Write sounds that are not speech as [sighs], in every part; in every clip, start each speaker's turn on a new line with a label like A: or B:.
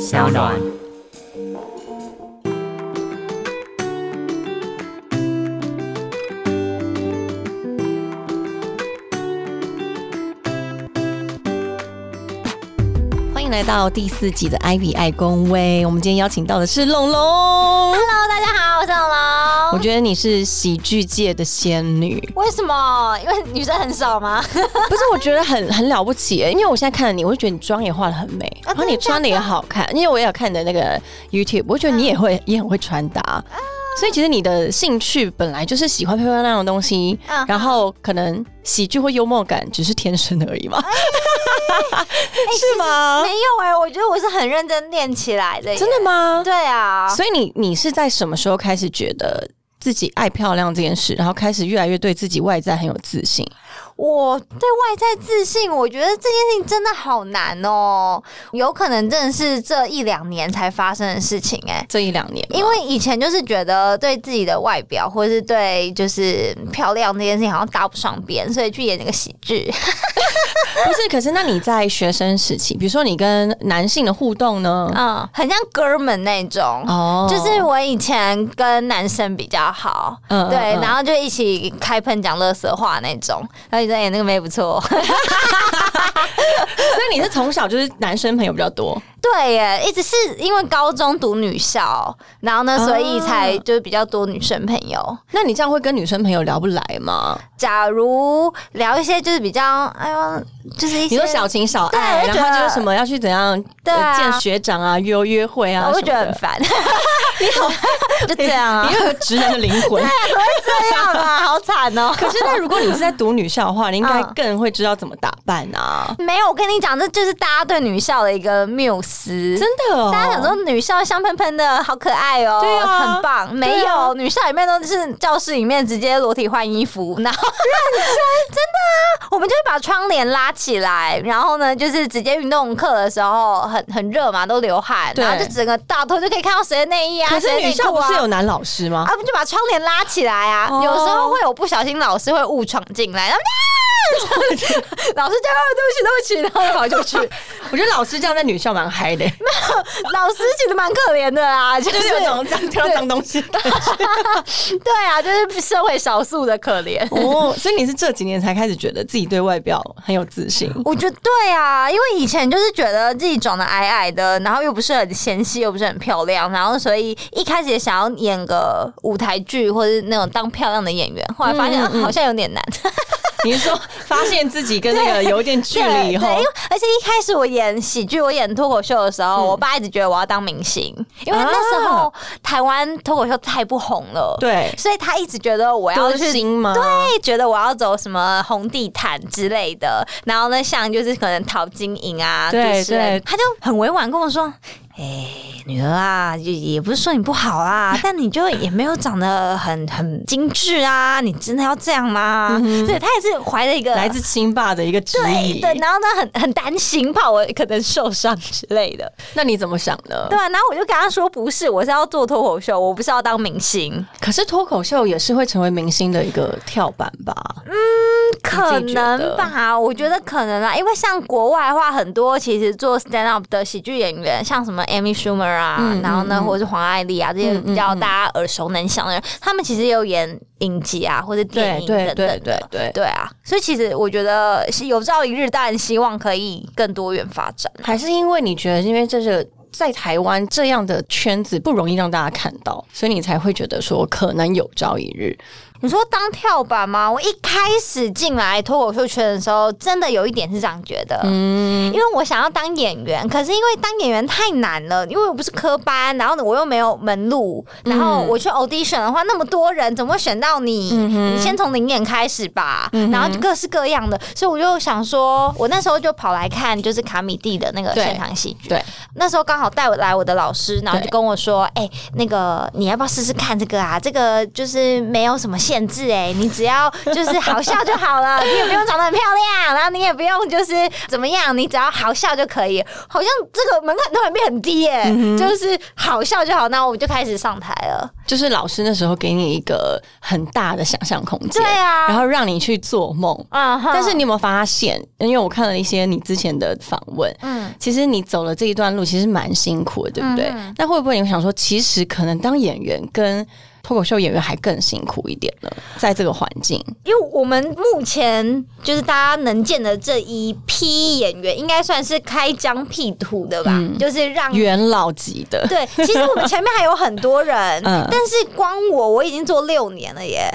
A: 小暖。
B: 欢迎来到第四季的 Ivy 爱公威，我们今天邀请到的是龙龙。
C: Hello，大家好，我是龙
B: 我
C: 龙。
B: 觉得你是喜剧界的仙女，
C: 为什么？因为女生很少吗？
B: 不是？我觉得很很了不起欸耶，因为我现在看了你，我就觉得你妆也化的很美，然后
C: 哦真的
B: 你穿的也好看，因为我也有看你的那个 YouTube，我觉得你
C: 啊
B: 也会也很会穿搭，所以其实你的兴趣本来就是喜欢漂漂亮亮的东西，
C: 嗯
B: 然后可能喜剧或幽默感只是天生的而已嘛，
C: 哎
B: [laughs] 是吗？
C: 没有哎、我觉得我是很认真练起来的。
B: 真的？吗？
C: 对啊，
B: 所以你你是在什么时候开始觉得自己爱漂亮这件事，然后开始越来越对自己外在很有自信？
C: 我对外在自信，我觉得这件事情真的好难哦，有可能真的是这一两年才发生的事情哎、
B: 这一两年吗，
C: 因为以前就是觉得对自己的外表，或是对就是漂亮这件事情好像搭不上边，所以去演那个喜剧。
B: 不是，可是那你在学生时期，比如说你跟男性的互动呢？
C: 嗯， [laughs] 很像哥们那种。
B: 哦
C: 就是我以前跟男生比较好，
B: 嗯
C: 对，
B: 嗯嗯
C: 然后就一起开喷讲乐色话那种，然后你说哎那个妹不错， [laughs]
B: 所以你是从小就是男生朋友比较多，
C: 对耶，一直是因为高中读女校，然后呢，
B: 哦
C: 所以才就是比较多女生朋友。
B: 那你这样会跟女生朋友聊不来吗？
C: 假如聊一些就是比较，哎呦，就是一些
B: 你说小情小爱，
C: 对
B: 然
C: 我就觉得
B: 后就是什么要去怎样、呃
C: 对啊
B: 见学长啊、约约会啊什
C: 我会
B: 么
C: 觉得很
B: 的，
C: 烦， [laughs] 就这样啊
B: 你，又有直男的灵魂。
C: [laughs] 怎么会这样
B: [laughs]
C: 啊？好惨哦！
B: 可是，那如果你是在读女校的话，你应该
C: 嗯
B: 更会知道怎么打扮啊！
C: 没有，我跟你讲，这就是大家对女校的一个缪斯，
B: 真的哦，
C: 大家想说女校香喷喷的，好可爱哦、
B: 对啊
C: 很棒。没有、女校里面都是教室里面直接裸体换衣服，然后 [laughs] 真的啊，我们就会把窗帘拉起来，然后呢，就是直接运动课的时候很很热嘛，都流汗，
B: 对
C: 然后就整个大头就可以看到谁的内衣啊，
B: 可是
C: 谁的
B: 女
C: 内
B: 校
C: 裤
B: 不
C: 啊
B: 是。有男老师吗
C: 啊，？不就把窗帘拉起来啊？
B: 哦
C: 有时候会有不小心，老师会误闯进来，然
B: [laughs]
C: 后啊老师就哦对不起，对不起，然后就跑出去。
B: 我觉得老师这样在女校蛮嗨
C: [laughs]
B: 的，
C: 老师其实蛮可怜的啊，就
B: 就是是有种这样跳脏东西的感觉。
C: [laughs] 对啊，就是社会少数的可怜。
B: [laughs] 哦，所以你是这几年才开始觉得自己对外表很有自
C: [laughs]
B: 信？
C: 我觉得对啊，因为以前就是觉得自己长得矮矮的，然后又不是很纤细，又不是很漂亮，然后所以一开始也想要演个舞台剧或者那种当漂亮的演 [laughs] 员，后来发现、
B: 嗯嗯嗯
C: 啊好像有点难。
B: 你是说发现自己跟那个有一点距离以
C: 对，
B: 后
C: 因为，而且一开始我演喜剧，我演脱口秀的时候，我爸一直觉得我要当明星，因为那时候台湾脱口秀太不红了，，
B: 对
C: 所以他一直觉得我要
B: 歌
C: 去啊
B: 星吗？
C: 会觉得我要走什么红地毯之类的，然后呢，像就是可能淘金营啊，
B: 对
C: 主持人
B: 对
C: 他就很委婉跟我说。哎、女儿啊，也也不是说你不好
B: [laughs]
C: 啊，但你就也没有长得很很精致啊，你真的要这样吗？所以他也是怀着一个
B: 嗯来自清霸的一个质
C: 对
B: 疑，
C: 对，然后呢，很很担心，怕我可能受伤之类的，
B: 那你怎么想呢
C: 对？啊？然后我就跟他说，不是，我是要做脱口秀，我不是要当明星。
B: 可是脱口秀也是会成为明星的一个跳板吧？
C: 可
B: 你自己觉
C: 能
B: 得
C: 吧，我觉得可能啦，因为像国外的话，很多其实做 stand up 的喜剧演员，像什么 Amy Schumer 啊，
B: 嗯
C: 然后呢，
B: 嗯嗯嗯
C: 或者是黄爱丽啊，这些比较大家耳熟能详的人，他们其实也有演影集啊，或者
B: 对
C: 电影等
B: 对
C: 等的。
B: 对对对，
C: 对啊，所以其实我觉得是有朝一日，当然希望可以更多元发展。
B: 还是因为你觉得，因为这是在台湾这样的圈子不容易让大家看到，所以你才会觉得说可能有朝一日。
C: 你说当跳板吗？我一开始进来脱口秀圈的时候，真的有一点是这样觉得，
B: 嗯，
C: 因为我想要当演员，可是因为当演员太难了，因为我不是科班，然后我又没有门路，然后
B: 嗯
C: 我去 audition 的话，那么多人怎么会选到你？你先从零演开始吧，
B: 嗯
C: 然后各式各样的，所以我就想说，我那时候就跑来看就是卡米蒂的那个
B: 对
C: 现场戏剧，
B: 对，
C: 那时候刚好带我来我的老师，然后就
B: 对
C: 跟我说，哎、那个你要不要试试看这个啊？这个就是没有什么限制哎、你只要就是好笑就好了， [laughs] 你也不用长得很漂亮，然后你也不用就是怎么样，你只要好笑就可以。好像这个门槛突然变很低耶、就是好笑就好，那我们就开始上台了。
B: 就是老师那时候给你一个很大的想象空间，
C: 对啊
B: 然后让你去做梦。
C: 嗯哼，
B: 但是你有没有发现？因为我看了一些你之前的访问，
C: 嗯，
B: 其实你走了这一段路，其实蛮辛苦的，对不对？
C: 嗯
B: 那会不会你想说，其实可能当演员跟脱口秀演员还更辛苦一点呢？在这个环境，
C: 因为我们目前就是大家能见的这一批演员，应该算是开疆辟土的吧，就是让
B: 元老级的，
C: [laughs] 对，其实我们前面还有很多人，
B: 嗯
C: 但是光我我已经做六年
B: [gasps]
C: 了耶，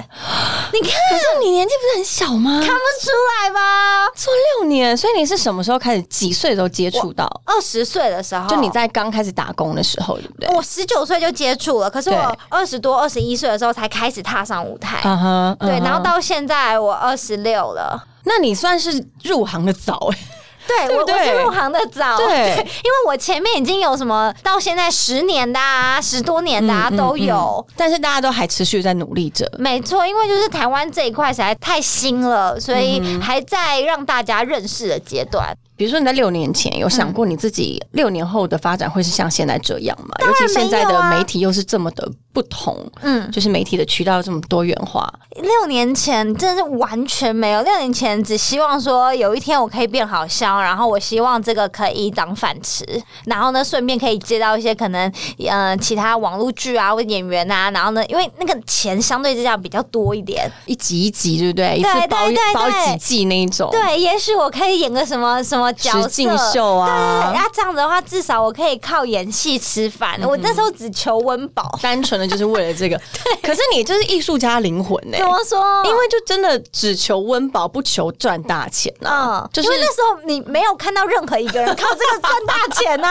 C: 你看
B: 可是你年纪不是很小吗？
C: 看不出来吧？
B: 做六年，所以你是什么时候开始？几岁的时候接触到？
C: 二十岁的时候，
B: 就你。在刚开始打工的时候，对不对？
C: 我十九岁就接触了，可是我
B: 对
C: 二十多、二十一岁的时候才开始踏上舞台。
B: 啊哈，嗯
C: 对，
B: 哼
C: 然后到现在我二十六了，
B: 那你算是入行的早哎、
C: 对
B: 对
C: 我
B: 不对
C: 我是入行的早， [laughs]
B: 对
C: 因为我前面已经有什么到现在十年的啊、十多年的啊、
B: 嗯
C: 都有，
B: 但是大家都还持续在努力着。
C: 没错，因为就是台湾这一块实在太新了，所
B: 嗯
C: 以还在让大家认识的阶段。
B: 比如说你在六年前有想过你自己六年后的发展会是像现在这样吗？尤其现在的媒体又是这么的不同，
C: 嗯，
B: 就是媒体的渠道这么多元化，
C: 六年前真的是完全没有，六年前只希望说有一天我可以变好笑，然后我希望这个可以当饭吃，然后呢顺便可以接到一些可能呃其他网络剧啊或演员啊，然后呢因为那个钱相对之下比较多一点，
B: 一集一集，对不对？一次
C: 对
B: 包
C: 对对
B: 包几季那一种，
C: 对，也许我可以演个什么什么角
B: 哦实
C: 色，
B: 境秀
C: 对，
B: 啊，
C: 那这样子的话，至少我可以靠演戏吃饭。我那时候只求温饱，
B: 单纯的就是为了
C: [laughs]
B: 这个。可是你就是艺术家灵魂呢、
C: 怎么说？
B: 因为就真的只求温饱，不求赚大钱啊。
C: 嗯，
B: 就是
C: 因为那时候你没有看到任何一个人靠这个赚大钱
B: [laughs]
C: 呐、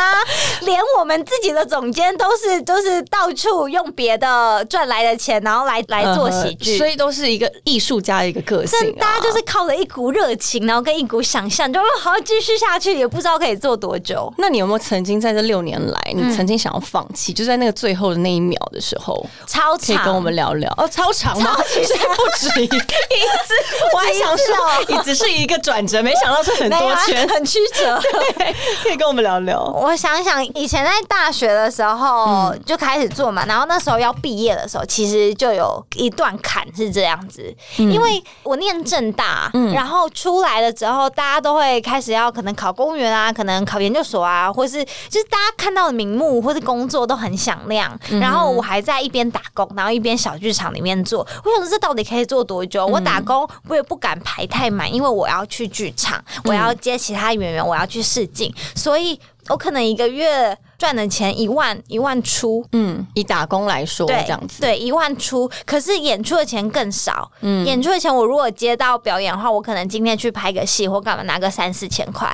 C: 连我们自己的总监都是都是到处用别的赚来的钱，然后来来做喜
B: 呃
C: 剧。
B: 所以都是一个艺术家的一个个性、
C: 这
B: 啊。
C: 大家就是靠着一股热情，然后跟一股想象，就好好继续下去，也不知道可以做多久。
B: 那你有没有曾经在这六年来，你曾经想要放弃？就在那个最后的那一秒的时候，
C: 超
B: 可以
C: 长，
B: 跟我们聊聊哦，超长吗？
C: 级
B: 所以不止一一次，我还想说，你只是一个转折，没啊想到是很
C: 没有
B: 多
C: 啊。
B: 圈
C: 很曲折。
B: [laughs] 可以跟我们聊聊。
C: 我想想，以前在大学的时候就开始做嘛，然后那时候要毕业的时候，其实就有一段坎是这样子，因为我念正大，然后出来了之后，大家都会开始要可能考公务员啊，可能考研究所啊，或是就是大家看到的名目或是工作都很响亮，然后我还在一边打工，然后一边小剧场里面做，我想说这到底可以做多久？我打工我也不敢排太满，因为我要去剧场，我要接其他演员，我要去试镜，所以。我可能一个月赚的钱一万一万出，
B: 嗯，以打工来说，
C: 对
B: 这样子。
C: 对一万出，可是演出的钱更少。嗯，演出的钱我如果接到表演的话，我可能今天去拍个戏或干嘛拿个三四千块。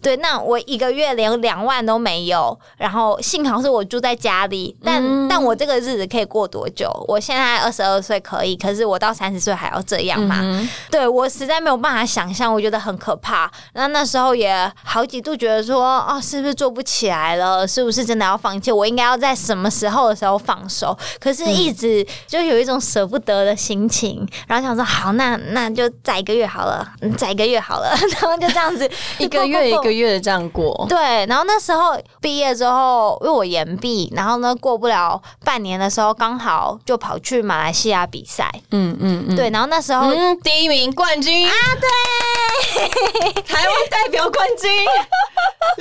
C: 对，那我一个月连两万都没有，然后幸好是我住在家里，但、
B: 嗯
C: 但我这个日子可以过多久？我现在二十二岁可以，可是我到三十岁还要这样嘛？
B: 嗯
C: 对我实在没有办法想象，我觉得很可怕。那那时候也好几度觉得说，哦，是不是做不起来了？是不是真的要放弃？我应该要在什么时候的时候放手？可是，
B: 嗯
C: 一直就有一种舍不得的心情，然后想说，好，那那就再一个月好了，嗯再一个月好了， [laughs] 然后就这样子
B: [laughs] 一个月一
C: 过过过
B: 个月的这样过，
C: 对，然后那时候毕业之后，因为我延毕，然后呢过不了半年的时候，刚好就跑去马来西亚比赛。
B: 嗯嗯嗯，
C: 对，然后那时候、
B: 嗯，第一名冠军啊，对，台湾代表冠 [laughs] 军，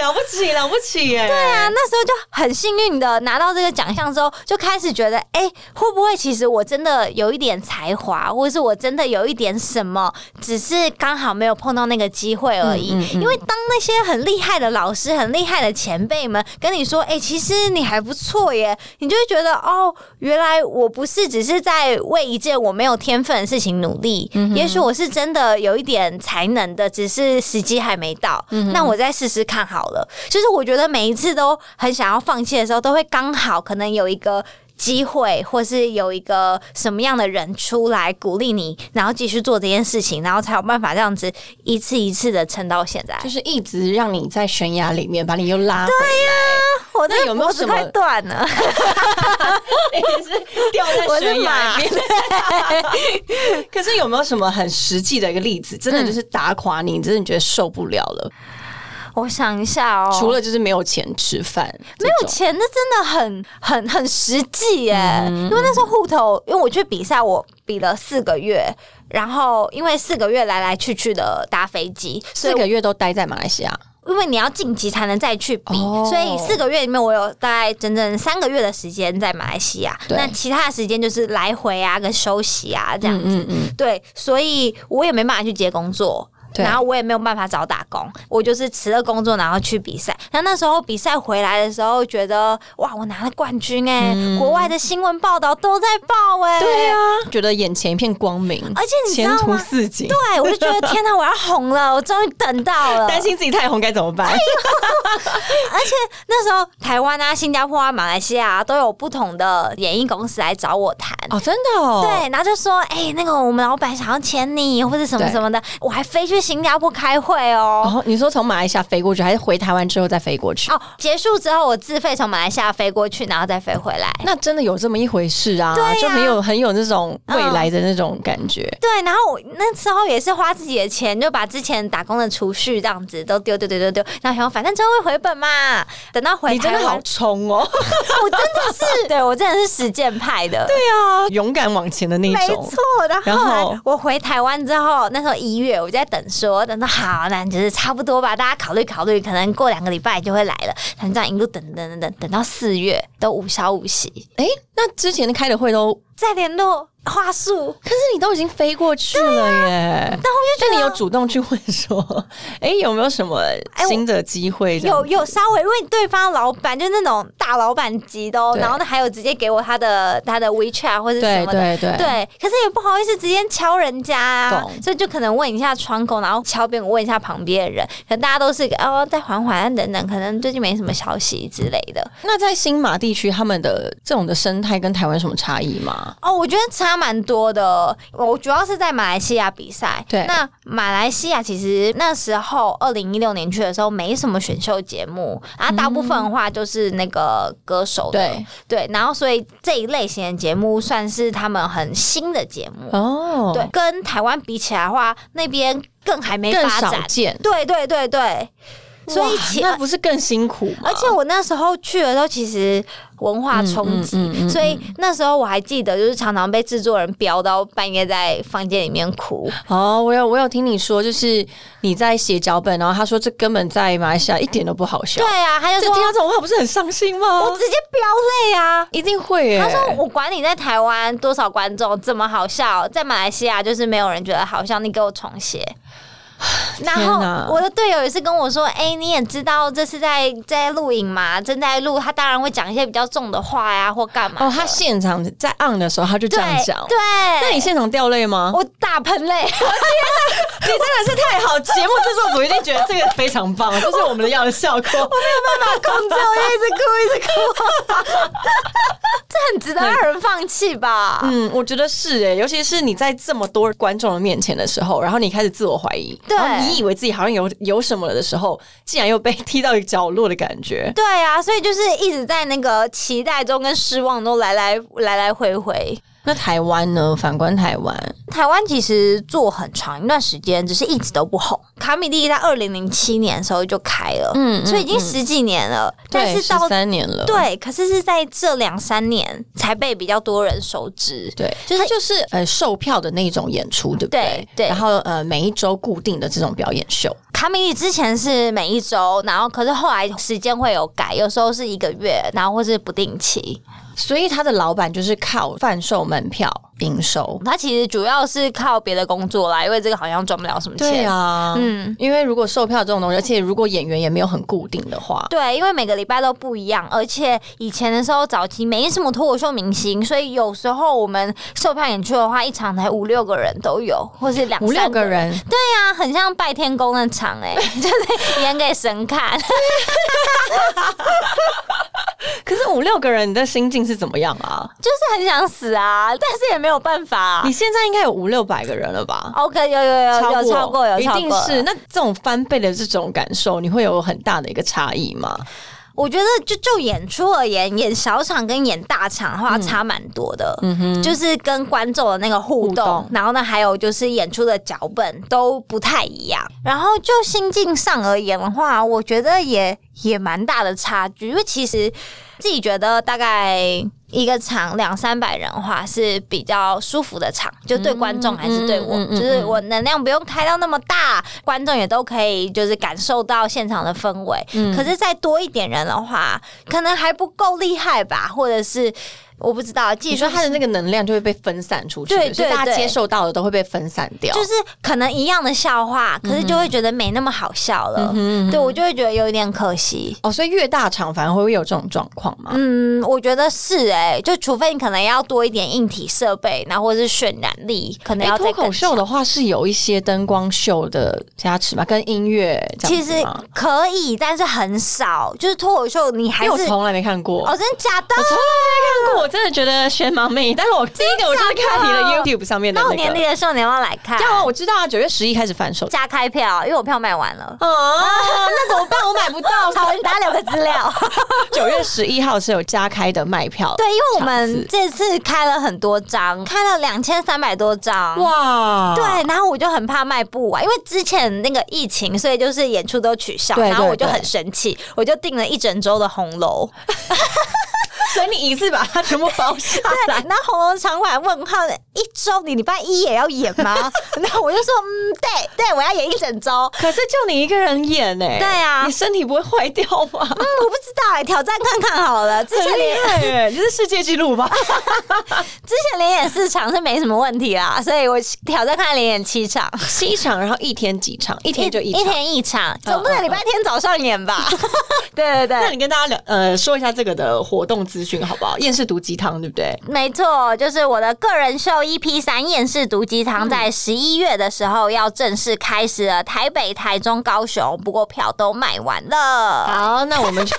B: 了不起了不起耶！对
C: 对啊，那时候就很幸运的拿到这个奖项之后，就开始觉得，哎、会不会其实我真的有一点才华，或者是我真的有一点什么，只是刚好没有碰到那个机会而已。
B: 嗯嗯嗯
C: 因为当那些很厉害的老师、很厉害的前辈们跟你说，哎、其实你还不错耶，你就会觉得，哦，原来我不是只是在为一件我没有天分的事情努力，
B: 嗯
C: 也许我是真的有一点才能的，只是时机还没到。
B: 嗯
C: 那我再试试看好了。就是我觉得每一次都很想要放弃的时候，都会刚好可能有一个机会，或是有一个什么样的人出来鼓励你，然后继续做这件事情，然后才有办法这样子一次一次的撑到现在。
B: 就是一直让你在悬崖里面，把你又拉回来。
C: 我
B: 那
C: 这
B: 有
C: 个
B: 没有
C: 脖子
B: 什么
C: 快断了，
B: 你是掉在
C: [laughs] 我是
B: 悬崖
C: 马
B: 里面。 [laughs] 可是有没有什么很实际的一个例子，真的就是打垮你，你真的觉得受不了了？
C: 我想一下哦，
B: 除了就是没有钱吃饭，没
C: 没有钱，那真的很很很实际耶、
B: 嗯
C: 因为那时候户头，因为我去比赛，我比了四个月，然后因为四个月来来去去的搭飞机，所以
B: 四个月都待在马来西亚，
C: 因为你要晋级才能再去比，
B: 哦
C: 所以四个月里面我有大概整整三个月的时间在马来西亚，
B: 对
C: 那其他的时间就是来回啊跟休息啊这样子。
B: 嗯嗯，
C: 对，所以我也没办法去接工作。
B: 对
C: 然后我也没有办法找打工，我就是辞了工作，然后去比赛。那那时候比赛回来的时候，觉得哇，我拿了冠军哎、国外的新闻报道都在报哎、
B: 嗯对啊，觉得眼前一片光明，
C: 而且你知
B: 前
C: 道
B: 途
C: 吗？
B: 似锦，
C: 对，我就觉得天哪，我要红了，我 [laughs] 终于等到了。
B: 担心自己太红该怎么
C: 哎
B: 办？
C: 那时候台湾啊、新加坡啊、马来西亚、啊、都有不同的演艺公司来找我谈。
B: 哦，真的哦，
C: 对，然后就说，哎、那个我们老板想要签你，或者什么
B: 对
C: 什么的，我还飞去新加坡开会哦。
B: 哦，你说从马来西亚飞过去，还是回台湾之后再飞过去？
C: [laughs] 哦，结束之后我自费从马来西亚飞过去，然后再飞回来。
B: 那真的有这么一回事啊，
C: 对啊嗯
B: 就很有很有那种未来的那种感觉。
C: 对，然后我那时候也是花自己的钱，就把之前打工的储蓄这样子都丢丢丢丢丢，然后想说反正之后会回本嘛，等到回
B: 你真
C: 台
B: 的
C: 湾
B: 好，冲哦，
C: 我真的
B: [laughs]
C: 是，对我真的是实践派的，对，
B: 勇敢往前的那
C: 没
B: 种
C: 错。然后
B: 然后
C: 后来我回台湾之后，那时候一月我就在等说，等到好，那你就是差不多吧，大家考虑考虑，可能过两个礼拜就会来了，反正这样一路等等等等，等到四月都无消无息，
B: 哎、那之前开的会都，
C: 再联络话术。
B: 可是你都已经飞过去了耶。那、我就觉得你有主动去问说，哎、有没有什么
C: 哎我
B: 新的机会这样？
C: 有有稍微，因为对方老板就是那种大老板级的、哦，
B: 对
C: 然后呢还有直接给我他的他的 WeChat 或者什
B: 对
C: 么
B: 对
C: 的。
B: 对
C: 对，可是也不好意思直接敲人家、啊
B: 懂，
C: 所以就可能问一下窗口，然后敲边鼓问一下旁边的人，可能大家都是哦再缓缓等等，可能最近没什么消息之类的。
B: 那在新马地区，他们的这种的生态跟台湾有什么差异吗？
C: 哦，我觉得差蛮多的。我主要是在马来西亚比赛。
B: 对
C: 那马来西亚其实那时候二零一六年去的时候，没什么选秀节目啊，大部分的话就是那个歌手的
B: 嗯对
C: 对，然后所以这一类型的节目算是他们很新的节目。
B: 哦，
C: 对，，跟台湾比起来的话，那边更还没
B: 更
C: 发
B: 少
C: 展。
B: 见。
C: 对对对对，所以
B: 哇
C: 其
B: 那不是更辛苦吗？
C: 而且我那时候去的时候，其实文化冲击，
B: 嗯嗯嗯嗯
C: 所以那时候我还记得，就是常常被制作人飙到半夜在房间里
B: [laughs]
C: 面哭。
B: 哦，我有我有听你说，就是你在写脚本，然后他说这根本在马来西亚一点都不好笑
C: 对。啊，他
B: 这
C: 就
B: 听
C: 说
B: 到这种话不是很伤心吗
C: 我？直接飙泪啊。
B: 一定会耶、
C: 他说：“我管你在台湾多少观众怎么好笑，在马来西亚就是没有人觉得好笑，你给我重写。”
B: [sighs]
C: 然
B: 哪
C: 后我的队友也是跟我说：“哎、你也知道这是在在录影嘛，正在录，他当然会讲一些比较重的话呀、或干嘛的。”
B: 哦，他现场在 on 的时候他就这
C: 对
B: 样讲。
C: 对，
B: 那你现场掉泪吗？
C: 我大喷泪，
B: 你真的是太好，节目制作组一定觉得这个非常 [laughs] 棒，这是我们的要的效果。
C: 控制我一直哭一直哭，这很值得让人放弃吧？
B: [laughs] 嗯，我觉得是诶、尤其是你在这么多观众的面前的时候，然后你开始自我怀疑，
C: 对
B: 然后你以为自己好像有有什么了的时候，竟然又被踢到一个角落的感觉。
C: 对啊，所以就是一直在那个期待中跟失望中来来来来回回。
B: 那台湾呢？反观台湾，
C: 台湾其实做很长一段时间，只是一直都不红。卡米蒂在二零零七年的时候就开了，
B: 嗯
C: 所以已经十几年了。但
B: 对
C: 是到
B: 十三年了，
C: 对，可是是在这两三年才被比较多人熟知。
B: 对，就是就是呃售票的那种演出，对不对
C: 对？对
B: 然后呃每一周固定的这种表演秀，
C: 卡米里之前是每一周，然后可是后来时间会有改，有时候是一个月，然后或是不定期。
B: 所以他的老板就是靠贩售门票营收。
C: 他其实主要是靠别的工作啦，因为这个好像赚不了什么钱。
B: 对啊，嗯
C: 嗯，
B: 因为如果售票这种东西，而且如果演员也没有很固定的话，
C: 对，因为每个礼拜都不一样，而且以前的时候早期没什么脱口秀明星，所以有时候我们售票演出的话，一场才五六个人都有，或是两
B: 五六
C: 三
B: 个。人，
C: 对啊，很像拜天公那场 [laughs] 哎、 [laughs] 就是演给神看。
B: 可是我五六个人，你的心境是怎么样啊？
C: 就是很想死啊，但是也没有办法、啊
B: 你。现在应该有五六百个人了吧？
C: OK，有有
B: 呃
C: 有有超过有
B: 一
C: 超
B: 定
C: 过，
B: 是。那这种翻倍的这种感受，你会有很大的一个差异吗？
C: 我觉得就就演出而言，演小场跟演大场的话差蛮多的，就是跟观众的那个互
B: 互
C: 动，
B: 动
C: 然后呢，还有就是演出的脚本都不太一样。然后就心境上而言的话，我觉得也也蛮大的差距，因为其实自己觉得大概一个场两三百人的话是比较舒服的场，就对观众还是对我，
B: 嗯嗯嗯嗯
C: 就是我能量不用开到那么大，观众也都可以就是感受到现场的氛围。
B: 嗯
C: 可是再多一点人的话，可能还不够厉害吧，或者是我不知道技
B: 你
C: 术
B: 说他的那个能量就会被分散出去，
C: 对对
B: 所以大家
C: 对
B: 接受到的都会被分散掉。
C: 就是可能一样的笑话，可是就
B: 嗯
C: 会觉得没那么好笑了。对我就会觉得有一点可惜。
B: 哦，所以越大场反而会有这种状况嘛？
C: 嗯，我觉得是哎、就除非你可能要多一点硬体设备，然后或是渲染力，可能
B: 哎、
C: 要再
B: 脱口
C: 更
B: 秀的话是有一些灯光秀的加持嘛，跟音乐这
C: 其
B: 样
C: 实
B: 子吗
C: 可以，但是很少。就是脱口秀，你还
B: 因为我
C: 是
B: 从来没看过，
C: 哦，真的假的？
B: 但我真的觉得选盲妹，但是我第一个我就是看你的 YouTube 上面的
C: 到
B: 啊那
C: 年底
B: 个。
C: 的时候你要不要来看？
B: 要啊，我知道啊，九月十一开始反手。
C: 加开票，因为我票卖完了。
B: 啊，哦那怎么办？我买不到。[laughs]
C: 好，我给大家留个资料。
B: 九月十一号是有加开的卖票。
C: 对，因为我
B: 场
C: 们
B: 次
C: 这次开了很多张，开了两千三百多张。
B: 哇，
C: 对，然后我就很怕卖不完，因为之前那个疫情，所以就是演出都取消，
B: 对
C: 然后
B: 对
C: 我就
B: 对
C: 很生气，我就订了一整周的红楼，
B: 所以你一次把它全部包下
C: 对
B: 来。，
C: 然后红楼场馆问号一周，你礼拜一也要演吗？ [laughs] 然后我就说，嗯，对对，我要演一整周，嗯，
B: [laughs] 可是就你一个人演哎、
C: 对啊
B: 你身体不会坏掉吗？
C: 我不知道、欸，挑战看看好了，之
B: 很
C: 前连
B: 厉害哎、这是世界纪录吧？
C: 之前连演四场是没什么问题啦，所以我挑战看连演七场。
B: 七场，然后一天几场？一天就一
C: 一
B: 场。
C: 天一场，
B: 嗯
C: 总不能礼拜天早上
B: [laughs]
C: 演吧？对对
B: 那
C: 对，
B: 你跟大家聊呃说一下这个的活动资讯好不好？厌世毒鸡汤对不对？
C: 没错，就是我的个人秀 EP 三《厌世毒鸡
B: 嗯
C: 汤》在十一月的时候要正式开始了，台北、台中、高雄，不过票都卖完了。
B: 好，那我们就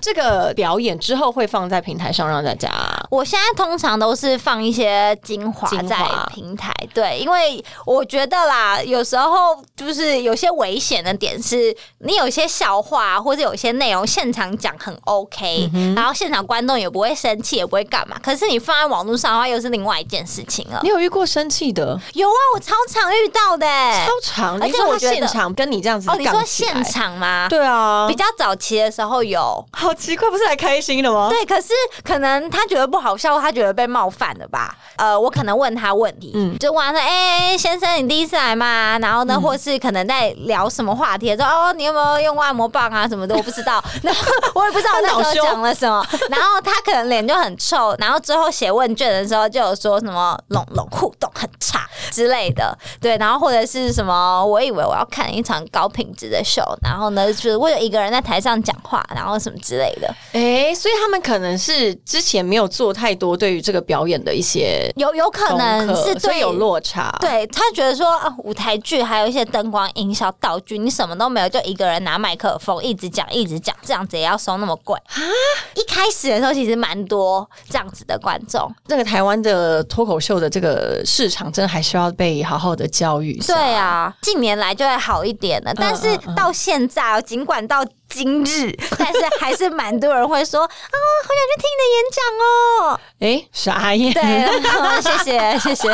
B: 这个表演之后会放在平台上让大家。
C: 我现在通常都是放一些精华
B: 精华
C: 在平台，对，因为我觉得啦，有时候就是有些危险的点是，你有些笑话或者有些内容现场讲很
B: 嗯
C: OK，、然后现场观众也不会生气，也不会干嘛，可是你放在网络上的话，又是另外一件事情了
B: 你。有遇过生气的？
C: 有啊，我超常遇到的、欸，
B: 超长，
C: 而
B: 你
C: 且
B: 说
C: 我
B: 他
C: 觉得
B: 现场跟你这样子
C: 哦，你说
B: 杠起来
C: 现？场吗？
B: 对啊
C: 比，较早期的时候有。
B: 好奇怪，不是来开心的吗？
C: 对，可是可能他觉得不好笑，或他觉得被冒犯了吧？呃，我可能问他问题，
B: 嗯
C: 就问他说：“哎、先生，你第一次来吗？”然后呢，或是可能在聊什么话题，说：“哦，你有没有用按摩棒啊什么的？”我不知道， [laughs] 然后我也不知道我那时
B: 他恼羞
C: 候讲了什么。然后他可能脸就很臭，然后之后写问卷的时候就有说什么“拢拢互动很差”之类的，对，然后或者是什么，我以为我要看一场高品质的秀，然后呢，就是我有一个人在台上讲话，然后什么之类的。
B: 哎、所以他们可能是之前没有做太多对于这个表演的一些
C: 有有可能
B: 功课
C: 是
B: 所以
C: 对
B: 有落差。，
C: 对他觉得说啊，舞台剧还有一些灯光、音效、道具，你什么都没有，就一个人拿麦克风一直讲、一直讲，这样子也要收那么贵啊？一开始的时候其实蛮多这样子的观众，
B: 这个台湾的脱口秀的这个市场，真的还需要被好好的教育一下。
C: 对啊，近年来就会好一点
B: 嗯
C: 了，但是到现在哦，尽管到
B: [laughs]
C: 今日，但是还是蛮多人会说啊，好想去听你的演讲
B: 哎、
C: 哦。
B: 傻眼，
C: 哦对，
B: [laughs]
C: [laughs] 好谢谢谢谢，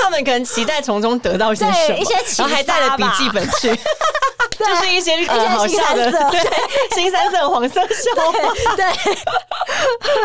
B: 他们可能期待从中得到一些
C: 对
B: 什么，
C: 一些启
B: 然后还带了笔
C: 发吧
B: 记本 [laughs] 去，就是一些呃好
C: 一些新
B: 笑
C: 三
B: 的，
C: 色
B: 对， [laughs] 新三色黄色笑话，
C: 对。
B: [laughs]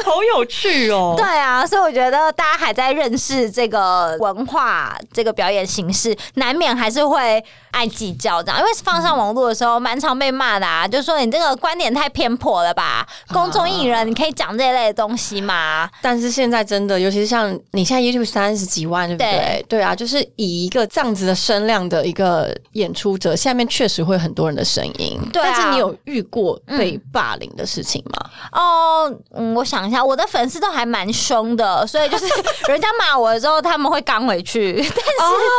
B: 好有趣哦。
C: 对啊，所以我觉得大家还在认识这个文化、这个表演形式，难免还是会爱计较这样。因为放上网络的时候，蛮常被骂的啊，就说你这个观点太偏颇了吧？公众艺人，你可以讲这一类的东西吗？
B: 但是现在真的，尤其是像你现在 YouTube 三十几万，对不对？
C: 对
B: 对啊，就是以一个这样子的声量的一个演出者，下面确实会很多人的声音。
C: 对啊
B: 但是你有遇过被霸凌的事情吗？
C: 哦，嗯，我想一下，我的粉丝都还蛮凶的，所以就是 [laughs] 人家骂我的时候，他们会刚回去。 [laughs]
B: 嗯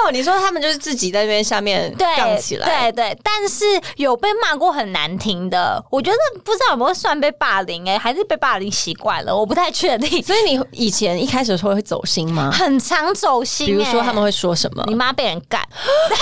B: 哦，你说他们就是自己在那边下面
C: 对
B: 杠
C: 对
B: 起来。
C: 对对，但是有被骂过很难听的，我觉得不知道有没有算被霸凌哎、还是被霸凌习惯了，我不太确定。
B: 所以你以前一开始的时候会走心吗？
C: 很常走
B: 比
C: 心、欸，
B: 如说他们会说什么？
C: 你妈被人
B: [laughs]
C: 干，哇，这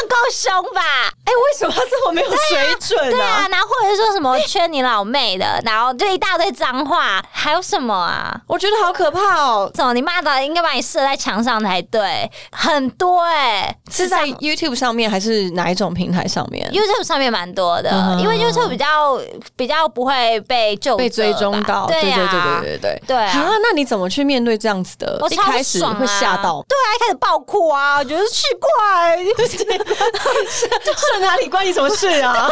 C: 很够凶吧？
B: 哎，为什么这么没有水准
C: 对啊，？然后或者说什么缺你老妹的，然后就一大堆脏话，还有什么啊？
B: 我觉得好可怕哦！
C: 怎么你骂的应该把你射在墙上才对，很多哎、
B: 是在 YouTube 上面还是哪一种平台上面？
C: YouTube 上面蛮多的，
B: 嗯
C: 因为 YouTube 比较比较不会被就
B: 被追踪到？
C: 对
B: 对
C: 啊
B: 对
C: 呀、
B: 对对对对
C: 对啊
B: 啊！那你怎么去面对这样子的？
C: 我
B: 一
C: 超不
B: 开始
C: 爽啊
B: 会吓到，
C: 对啊，一开始爆哭啊，我觉得奇
B: [laughs]
C: 怪，
B: 啊是哪里关你什么事 [laughs] 啊？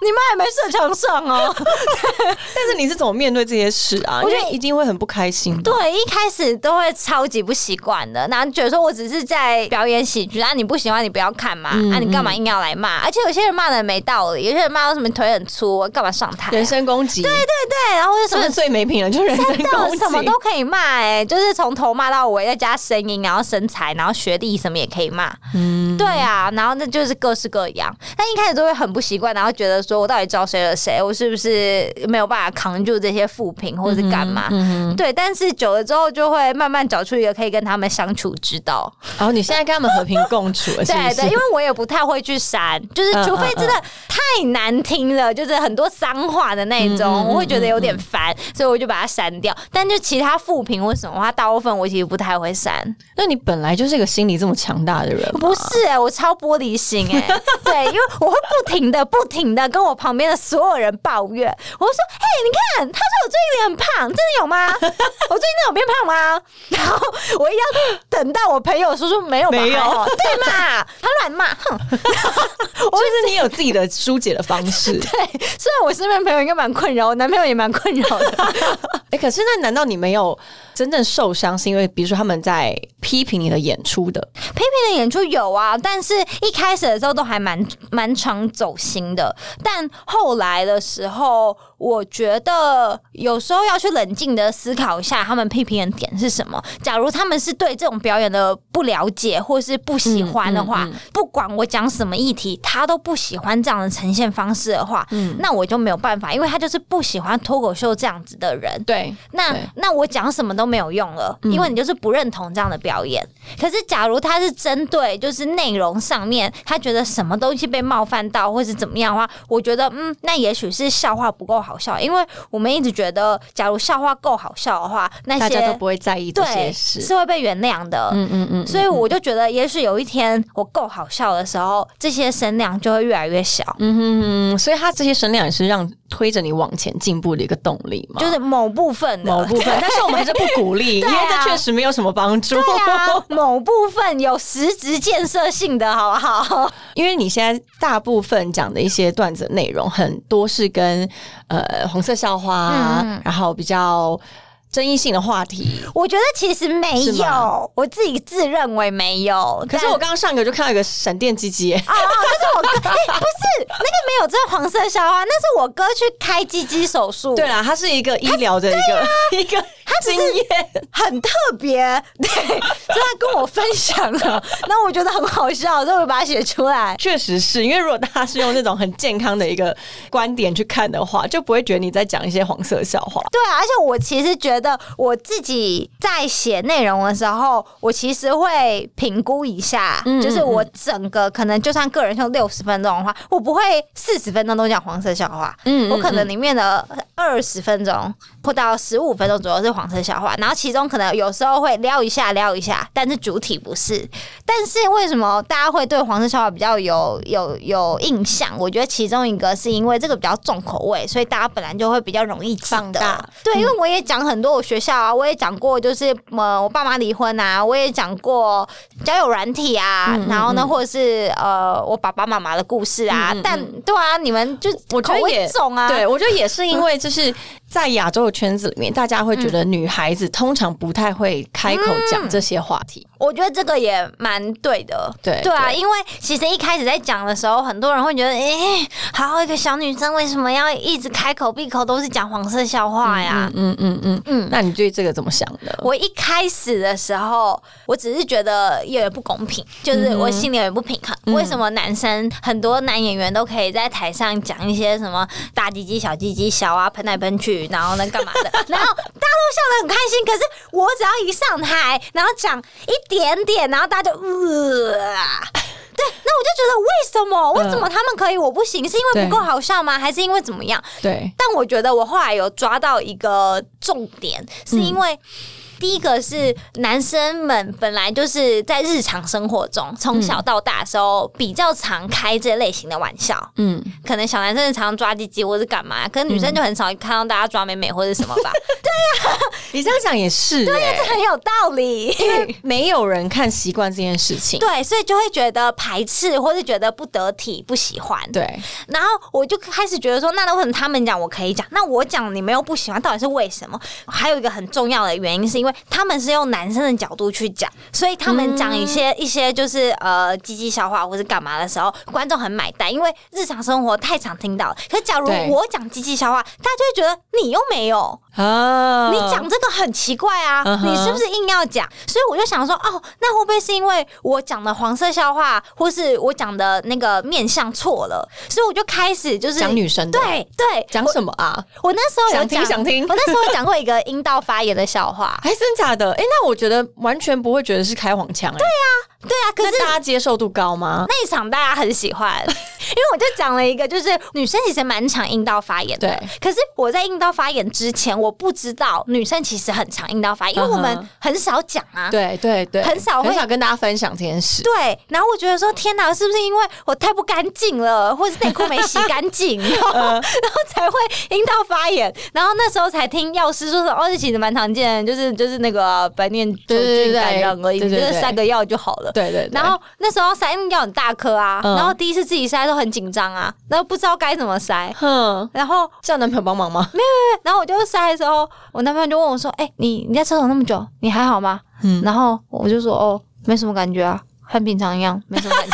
C: 你妈也没射墙
B: [laughs]
C: 上哦。
B: 但是你是怎么面对这些事啊？
C: 我
B: 因
C: 觉得
B: 为一定会很不开心吧。
C: 对，一开始都会超级不习惯的，然后觉得说我只是在表演喜剧，啊，你不喜欢你不要看嘛，
B: 嗯
C: 啊，你干嘛硬要来骂？而且有些人骂的没道理，有些人骂到什么腿很粗，我干嘛上台啊、
B: 人身攻击，对对，
C: 对，然后什
B: 他
C: 么
B: 们最没品了，就是人身
C: 到
B: 攻击，
C: 什么都可以骂，哎，就是从头骂到尾，再加声音，然后身材，然后学历什么也可以骂，
B: 嗯，
C: 对啊，然后那就是各式各样。但一开始都会很不习惯，然后觉得说我到底招谁惹谁，我是不是没有办法扛住这些负评或者是干嘛？
B: 嗯，
C: 对，但是久了之后就会慢慢找出一个可以跟他们相处之道。
B: 然后你现在跟他们和平共处 [laughs] 了，是不
C: 对
B: 是
C: 对，因为我也不太会去删，就是
B: 嗯
C: 除非真的太难听了，就是很多脏话的那种，
B: 嗯嗯嗯嗯
C: 我会觉得有点烦，所以我就把它删掉。但就其他负评或什么的话，大部分我其实不太会删。
B: 那你本来就是一个心理这么强大的人吧，
C: 不是、欸，我超玻璃心哎、
B: [laughs]
C: 对，因为我会不停的、不停的跟我旁边的所有人抱怨，我会说：“嘿，你看，他说我最近很胖，真的
B: [laughs]
C: 有吗？我最近有变胖吗？”然后我一定要等到我朋友说说没有吧，
B: 没有
C: 还好对嘛？他乱骂，哼，
B: 就是你有自己的疏解的方式。
C: 对。虽然我身边朋友应该蛮困扰，我男朋友也蛮困
B: [laughs]
C: 扰的，
B: 哎、可是那难道你没有真正受伤，是因为比如说他们在批评你的演出的？
C: 批评的演出有啊，但是一开始的时候都还蛮蛮常走心的，但后来的时候，我觉得有时候要去冷静的思考一下，他们批评的点是什么。假如他们是对这种表演的不了解或是不喜欢的话，
B: 嗯嗯
C: 不管我讲什么议题，他都不喜欢这样的呈现方式的话，那我就没有办法，因为他就是不喜欢脱口秀这样子的人。
B: 对，
C: 那
B: 对嗯
C: 那我讲什么都没有用了，因为你就是不认同这样的表演。可是，假如他是针对就是内容上面，他觉得什么东西被冒犯到，或是怎么样的话，我觉得嗯，那也许是笑话不够好笑，因为我们一直觉得，假如笑话够好笑的话，那
B: 大家都
C: 些
B: 不会在意这些
C: 对
B: 事。
C: 是会被原谅的。
B: 嗯嗯嗯，
C: 所以我就觉得，也许有一天我够好笑的时候，这些声量就会越来越小。
B: 嗯哼哼，所以他这些声量也是让推着你往前进步的一个动力嘛，
C: 就是某部分的
B: 某部分。但是我们还是不鼓励，因
C: 对啊
B: 为这确实没有什么帮助。
C: 对啊，某部分有实质建设性的，好不好？
B: [laughs] 因为你现在大部分讲的一些段子内容，很多是跟呃红色笑话啊，
C: 嗯嗯
B: 然后比较争议性的话题。
C: 我觉得其实没
B: 是吗
C: 有，我自己自认为没有。
B: 可是
C: 但
B: 我刚刚上一个就看到一个闪电鸡鸡，
C: 哦哦，那是我哥，哎、不是那个没有这黄色笑话，那是我哥去开鸡鸡手术，
B: 对，啦，它是一个医疗的一个、一个经验，
C: 很特别，
B: [laughs]
C: 对，所以他跟我分享了，那我觉得很好笑，所以我把它写出来。
B: 确实是因为如果大家是用那种很健康的一个观点去看的话，就不会觉得你在讲一些黄色笑话。
C: 对啊，而且我其实觉得我自己在写内容的时候，我其实会评估一下，
B: 嗯
C: 就是我整个可能就算个人秀六十分钟的话，我不会四十分钟都讲黄色笑话，
B: 嗯嗯
C: 我可能里面的二十分钟或到十五分钟左右是黄色笑话，然后其中可能有时候会撩一下撩一下，但是主体不是。但是为什么大家会对黄色笑话比较有有有印象？我觉得其中一个是因为这个比较重口味，所以大家本来就会比较容易记得
B: 放大。
C: 对，因为我也讲很多我学校啊，我也讲过就是呃我爸妈离婚啊，我也讲过交友软体啊，
B: 嗯嗯
C: 然后呢或者是呃我爸爸妈妈的故事啊。
B: 嗯嗯嗯
C: 但对啊，你们就
B: 我觉
C: 口
B: 得也
C: 味重啊，
B: 对，我觉得也是因为就是在亚洲的圈子里面，大家会觉得的女孩子通常不太会开口讲这些话题。
C: 我觉得这个也蛮对的，
B: 对
C: 对啊，
B: 对
C: 因为其实一开始在讲的时候，很多人会觉得，哎、好一个小女生为什么要一直开口闭口都是讲黄色笑话呀？
B: 嗯嗯嗯
C: 嗯
B: 嗯，那你对这个怎么想的？
C: 我一开始的时候，我只是觉得有点不公平，就是我心里有点不平衡。为什么男生很多男演员都可以在台上讲一些什么大鸡鸡、小鸡鸡、小啊喷来喷去，然后呢干嘛的，然后大家都笑得很开心。可是我只要一上台，然后讲一点点，然后大家就呃啊。对，那我就觉得为什么？为什么他们可以，我不行？是因为不够好笑吗？还是因为怎么样？
B: 对，
C: 但我觉得我后来有抓到一个重点，是因为。第一个是男生们本来就是在日常生活中从小到大的时候比较常开这类型的玩笑，
B: 嗯，
C: 可能小男生常常抓鸡鸡或是干嘛，可是女生就很少看到大家抓妹妹或是什么吧，
B: 你这样讲也是、欸，
C: [laughs] 这很有道理。
B: 啊没有人看习惯这件事情。
C: 对，所以就会觉得排斥或是觉得不得体、不喜欢。
B: 对，
C: 然后我就开始觉得说，那为什么他们讲我可以讲，那我讲你们又不喜欢，到底是为什么？还有一个很重要的原因，是因为他们是用男生的角度去讲，所以他们讲一些、一些就是呃鸡鸡笑话或是干嘛的时候，观众很买单，因为日常生活太常听到了。可是假如
B: 对
C: 我讲鸡鸡笑话，大家就会觉得你又没有，
B: 啊，
C: 你讲这个很奇怪啊
B: 嗯哼
C: 你是不是硬要讲？所以我就想说，哦，那会不会是因为我讲的黄色笑话，或是我讲的那个面相错了？所以我就开始就是
B: 讲女生的，
C: 对对，
B: 讲什么啊？
C: 我我那时候有
B: 想听
C: 讲，
B: 想听
C: 我那时候有讲过一个阴道发炎的笑
B: [laughs]，
C: 话
B: 还真假的？哎、那我觉得完全不会觉得是开黄腔、欸，对啊，
C: 对啊，可是
B: 那大家接受度高吗？
C: 那一场大家很喜 [laughs] 欢，因为我就讲了一个，就是女生其实蛮常阴道发炎的
B: 对。
C: 可是我在阴道发炎之前，我不知道女生其实很常阴道发炎，因为我
B: 嗯
C: 们
B: 哼
C: 很少讲啊。
B: 对对对，
C: 很少会
B: 很少跟大家分享这件事。
C: 对，然后我觉得说，天哪，是不是因为我太不干净了， [laughs] 或是内裤没洗干净，
B: [laughs]
C: 然
B: 嗯
C: 后然后才会阴道发炎？然后那时候才听药师说什么，哦，这其实蛮常见的，就是就是那个呃白念球
B: 对对
C: 菌
B: 对
C: 感染而已，
B: 对
C: 你
B: 对
C: 就是
B: 对
C: 塞个药就好了。
B: 对对对，
C: 然后那时候塞药很大颗啊，
B: 嗯
C: 然后第一次自己塞都很紧张啊，然后不知道该怎么塞，
B: 哼，
C: 然后
B: 叫男朋友帮忙吗？
C: 然后我就塞的时候，我男朋友就问我说：“哎、你你在厕所那么久，你还好吗？”
B: 嗯
C: 然后我就说：“哦，没什么感觉啊，和平常一样，没什么感觉。”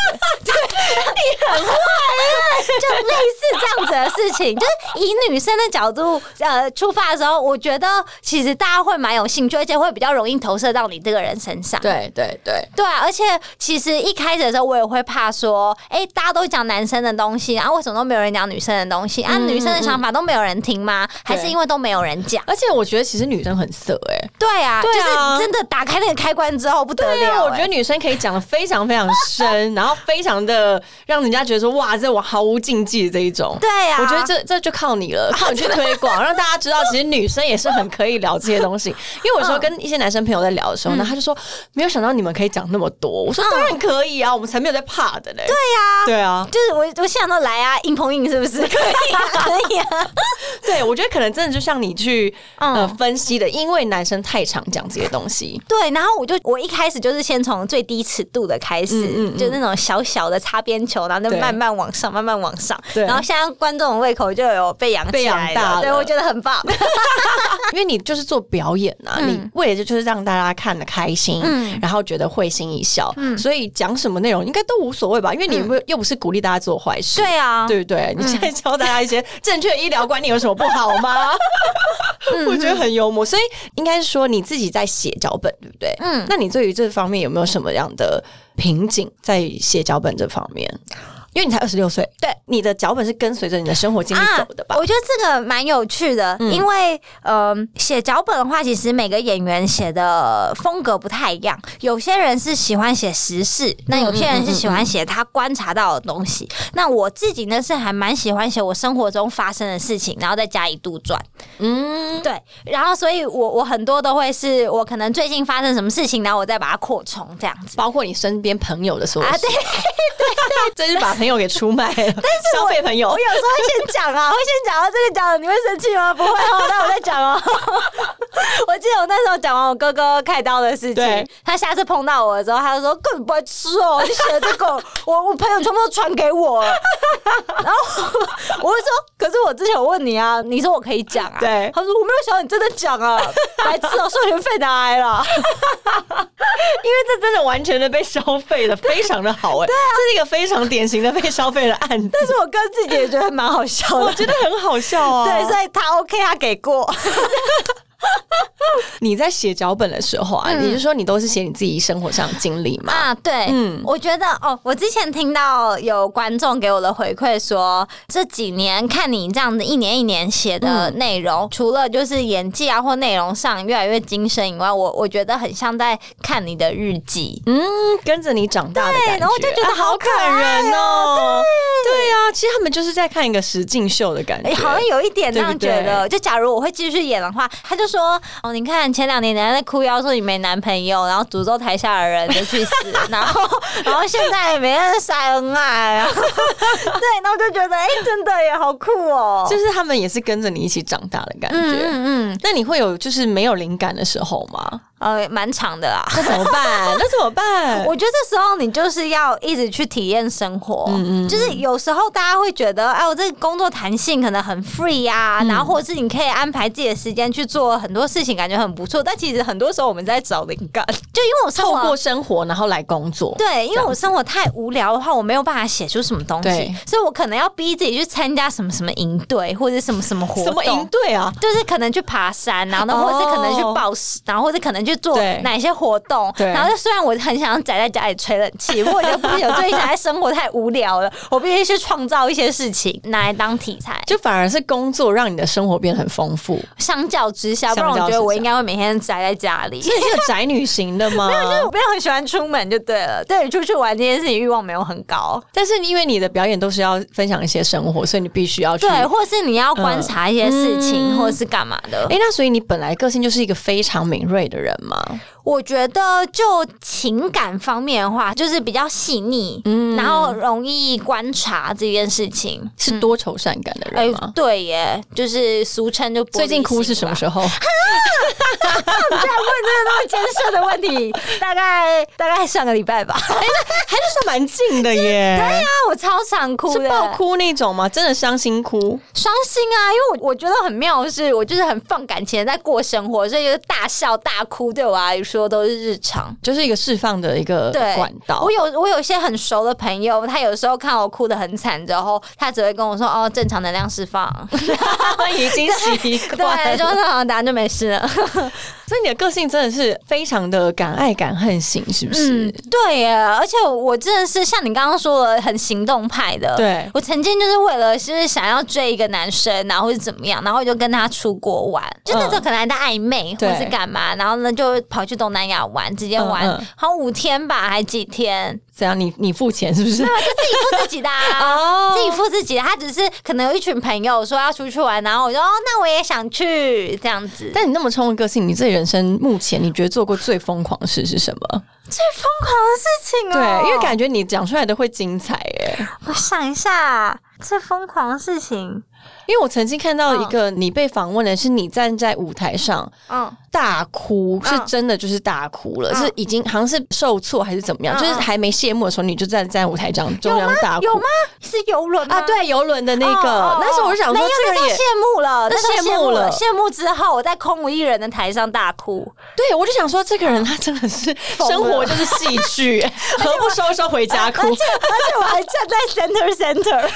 C: [laughs] 就类似这样子的事情，就是以女生的角度呃出发的时候，我觉得其实大家会蛮有兴趣，而且会比较容易投射到你这个人身上。
B: 对对对，
C: 对啊，而且其实一开始的时候，我也会怕说，哎、大家都讲男生的东西，然、后为什么都没有人讲女生的东西？啊，
B: 嗯
C: 女生的想法都没有人听吗？还是因为都没有人讲？
B: 而且我觉得其实女生很色哎、欸，
C: 对啊，
B: 对啊
C: 就是真的打开那个开关之后不得
B: 对啊，
C: 了、
B: 我觉得
C: 哎
B: 女生可以讲的非常非常深，然后非常的让人家觉得说哇，这我毫无禁忌的这一种。
C: 对啊，
B: 我觉得这这就靠你了，靠你去推广，让大家知道其实女生也是很可以聊这些东西。因为我说跟一些男生朋友在聊的时候，呢，他就说嗯没有想到你们可以讲那么多。我说当然可以啊，我们才没有在怕的嘞。对呀，对啊，
C: 就是我我想到来啊，硬碰硬是不是？可以啊， [laughs] 可以啊。
B: 对，我觉得可能真的就像你去呃
C: 嗯
B: 分析的，因为男生太常讲这些东西。
C: 对，然后我就我一开始就是先从最低尺度的开
B: 嗯
C: 始，
B: 嗯嗯
C: 就那种小小的擦边球，然后就
B: 对
C: 慢慢往上，慢慢往上。
B: 对
C: 然后现在观众的胃口就有被养
B: 被
C: 起
B: 养
C: 来
B: 大
C: 了，对
B: 了
C: 我觉得很棒。
B: 因为你就是做表演啊，
C: 嗯
B: 你为了就是让大家看得开心，
C: 嗯
B: 然后觉得会心一笑，所以讲什么内容应该都无所谓吧，因为你又又不是鼓励大家做坏事，
C: [laughs] 嗯对啊，
B: 对不对？你现在教大家一些正确的医疗观念有什么不好吗？ [laughs]
C: 嗯
B: 我觉得很幽默，所以应该是说你自己在写脚本，对不对？
C: 嗯
B: 嗯，那你对于这方面有没有什么样的瓶颈在写脚本这方面？因为你才二十六岁，对，你的脚本是跟随着你的生活经历走的吧？
C: 啊
B: 嗯
C: 我觉得这个蛮有趣的，因为呃，写脚本的话，其实每个演员写的风格不太一样，有些人是喜欢写时事，
B: 嗯
C: 那有些人是喜欢写他观察到的东西。那我自己呢，是还蛮喜欢写我生活中发生的事情，然后再加一杜撰。
B: 嗯，
C: 对，然后所以我我很多都会是我可能最近发生什么事情，然后我再把它扩充这样子。
B: 包括你身边朋友的所有
C: 啊，
B: 事
C: 对，
B: 这就是把朋友给出卖了， [laughs] 但是消费朋友
C: 啊我。有时候会先讲啊，会先讲到这个讲了，你会生气吗？不会哦，那我再讲哦。 [laughs] 我记得我那时候讲完我哥哥开刀的事情
B: 对，
C: 他下次碰到我的时候，他就说根本不会吃哦，你写的这个，我我朋友全部都传给我了。 [laughs] 然后我就说，可是我之前有问你啊，你说我可以讲啊，
B: 对
C: 他说我没有想到你真的讲啊，白痴哦，授权费哪来了？ [laughs]
B: 因为这真的完全的被消费了，非常的好哎、这是一个非常典型的被消费的案子，
C: 但是我哥自己也觉得蛮好笑
B: 我
C: 的，
B: 觉得很好笑 [laughs] 啊。
C: 对，所以他 OK，他给过。
B: 你在写脚本的时候啊，你是说你都是写你自己生活上的经历吗？
C: 啊，对，
B: 嗯
C: 我觉得哦，我之前听到有观众给我的回馈说，这几年看你这样子一年一年写
B: 嗯
C: 的内容，除了就是演技啊或内容上越来越精深以外，我我觉得很像在看你的日记。
B: 嗯，跟着你长大的感
C: 对然后我就觉得
B: 啊
C: 好
B: 好
C: 可爱
B: 感
C: 哦
B: 人哦。对啊，其实他们就是在看一个实境秀的感
C: 哎、
B: 觉，
C: 好像有一点这样觉
B: 对不对
C: 得。就假如我会继续演的话，他就说：“哦，你看前两年人家在哭腰说你没男朋友，然后诅咒台下的人就去
B: [laughs]
C: 死，然后然后现在每个人晒恩爱，然后 [laughs] 对，然后就觉得哎、真的也好酷哦。
B: 就是他们也是跟着你一起长大的感觉。
C: 嗯嗯嗯，
B: 那你会有就是没有灵感的时候吗？
C: 呃，蛮长的啦。
B: 那怎么办？ [laughs] 那怎么办？
C: 我觉得这时候你就是要一直去体验生活，
B: 嗯
C: 就是有时候大家会觉得，哎，我这个工作弹性可能很 free 呀、
B: 嗯
C: 然后或者是你可以安排自己的时间去做很多事情，感觉很不错。但其实很多时候我们在找灵感，就因为我生
B: 透过
C: 活。
B: 生活然后来工作。
C: 对，因为我生活太无聊的话，我没有办法写出什么东西
B: 对，
C: 所以我可能要逼自己去参加什么什么营队或者什么什么活
B: 什
C: 动
B: 么。营队啊？
C: 就是可能去爬山，然后呢，
B: 哦
C: 或者是可能去暴食，然后或者可能去做
B: 对
C: 哪些活动。
B: 对
C: 然后就虽然我很想要宅在家里吹冷气，不过我觉得不行，我最近宅在生活太无聊了，我必须去创造一些事情拿来当题材。
B: 就反而是工作让你的生活变得很丰
C: [laughs]
B: 富。
C: 相较之下，不然
B: 相较
C: 我
B: 之下
C: 觉得我应该会每天宅在家里。呃
B: 所以你是个宅女型的吗？
C: 因为我不要很喜欢出门就对了，对出去玩这件事情欲望没有很高，
B: 但是因为你的表演都是要分享一些生活，所以你必须要去。
C: 对，或是你要观察一些事情，
B: 嗯
C: 或是干嘛的。
B: 哎、那所以你本来个性就是一个非常敏锐的人嘛？
C: 我觉得就情感方面的话，就是比较细腻，
B: 嗯
C: 然后容易观察这件事情。
B: 是多愁善感的
C: 哎
B: 人吗？，
C: 对耶，就是俗称就玻璃
B: 最近哭是
C: [laughs]
B: 什么时
C: 心吧？啊
B: 候？
C: 这样问真的那么艰深的问
B: [laughs]
C: 题，大概大概上个礼拜吧。
B: 嗯还是算蛮近的耶，对呀、
C: 啊，我超常哭
B: 是
C: 的，
B: 爆哭那种吗？真的伤心哭？
C: 伤心啊！因为我我觉得很妙的是，我就是很放感情地在过生活，所以就是大笑大哭对我来说都是日常。
B: 就是一个释放的一个
C: 对
B: 管道
C: 我。有我有一些很熟的朋友，他有时候看我哭得很惨之后，他只会跟我说：“哦，正常能量
B: [laughs]
C: 释放。
B: 他们 [laughs] 已经习
C: 对，就
B: 了
C: 是好像答案就没事了。
B: 嗯所以你的个性真的是非常的敢爱敢恨型，是不是？
C: 嗯， [laughs] 对耶，而且我真的是像你刚刚说的，很行动派的。
B: 对
C: 我曾经就是为了就是想要追一个男生，然后是怎么样，然后我就跟他出国玩，就那时候可能还在暧昧或
B: 嗯对
C: 是干嘛，然后呢就跑去东南亚玩，直接玩
B: 嗯嗯
C: 好像五天吧，还几天，
B: 怎样？你你付钱是不是？
C: 就自己付自己的、啊。
B: 哦
C: 自己付自己的，他只是可能有一群朋友说要出去玩，然后我就哦，那我也想去这样子。
B: 但你那么冲的个性，你自己人生目前你觉得做过最疯狂的事是什么？
C: 最疯狂的事情哦，
B: 对，因为感觉你讲出来的会精彩耶。
C: 我想一下，最疯狂的事情，
B: 因为我曾经看到一个你被访问的是你站在舞台上
C: 嗯，
B: 大哭，
C: 嗯
B: 是真的就是大哭了，
C: 嗯
B: 是已经好像是受挫还是怎么样，
C: 嗯
B: 就是还没谢幕的时候，你就站在舞台上中央大哭
C: 有吗？是游轮吗
B: 啊，。对，游轮的那个，
C: 哦哦
B: 那时候我就想
C: 没
B: 说
C: 有
B: 这
C: 那
B: 个
C: 时
B: 也
C: 候谢幕了，
B: 那
C: 那时候
B: 谢幕
C: 谢幕
B: 了
C: 谢幕之后，我在空无一人的台上大哭，
B: 对，我就想说这个人他真的是
C: 了
B: 生活就是戏 [laughs] 剧，何不收收回家哭？
C: 而且我还站在 center center，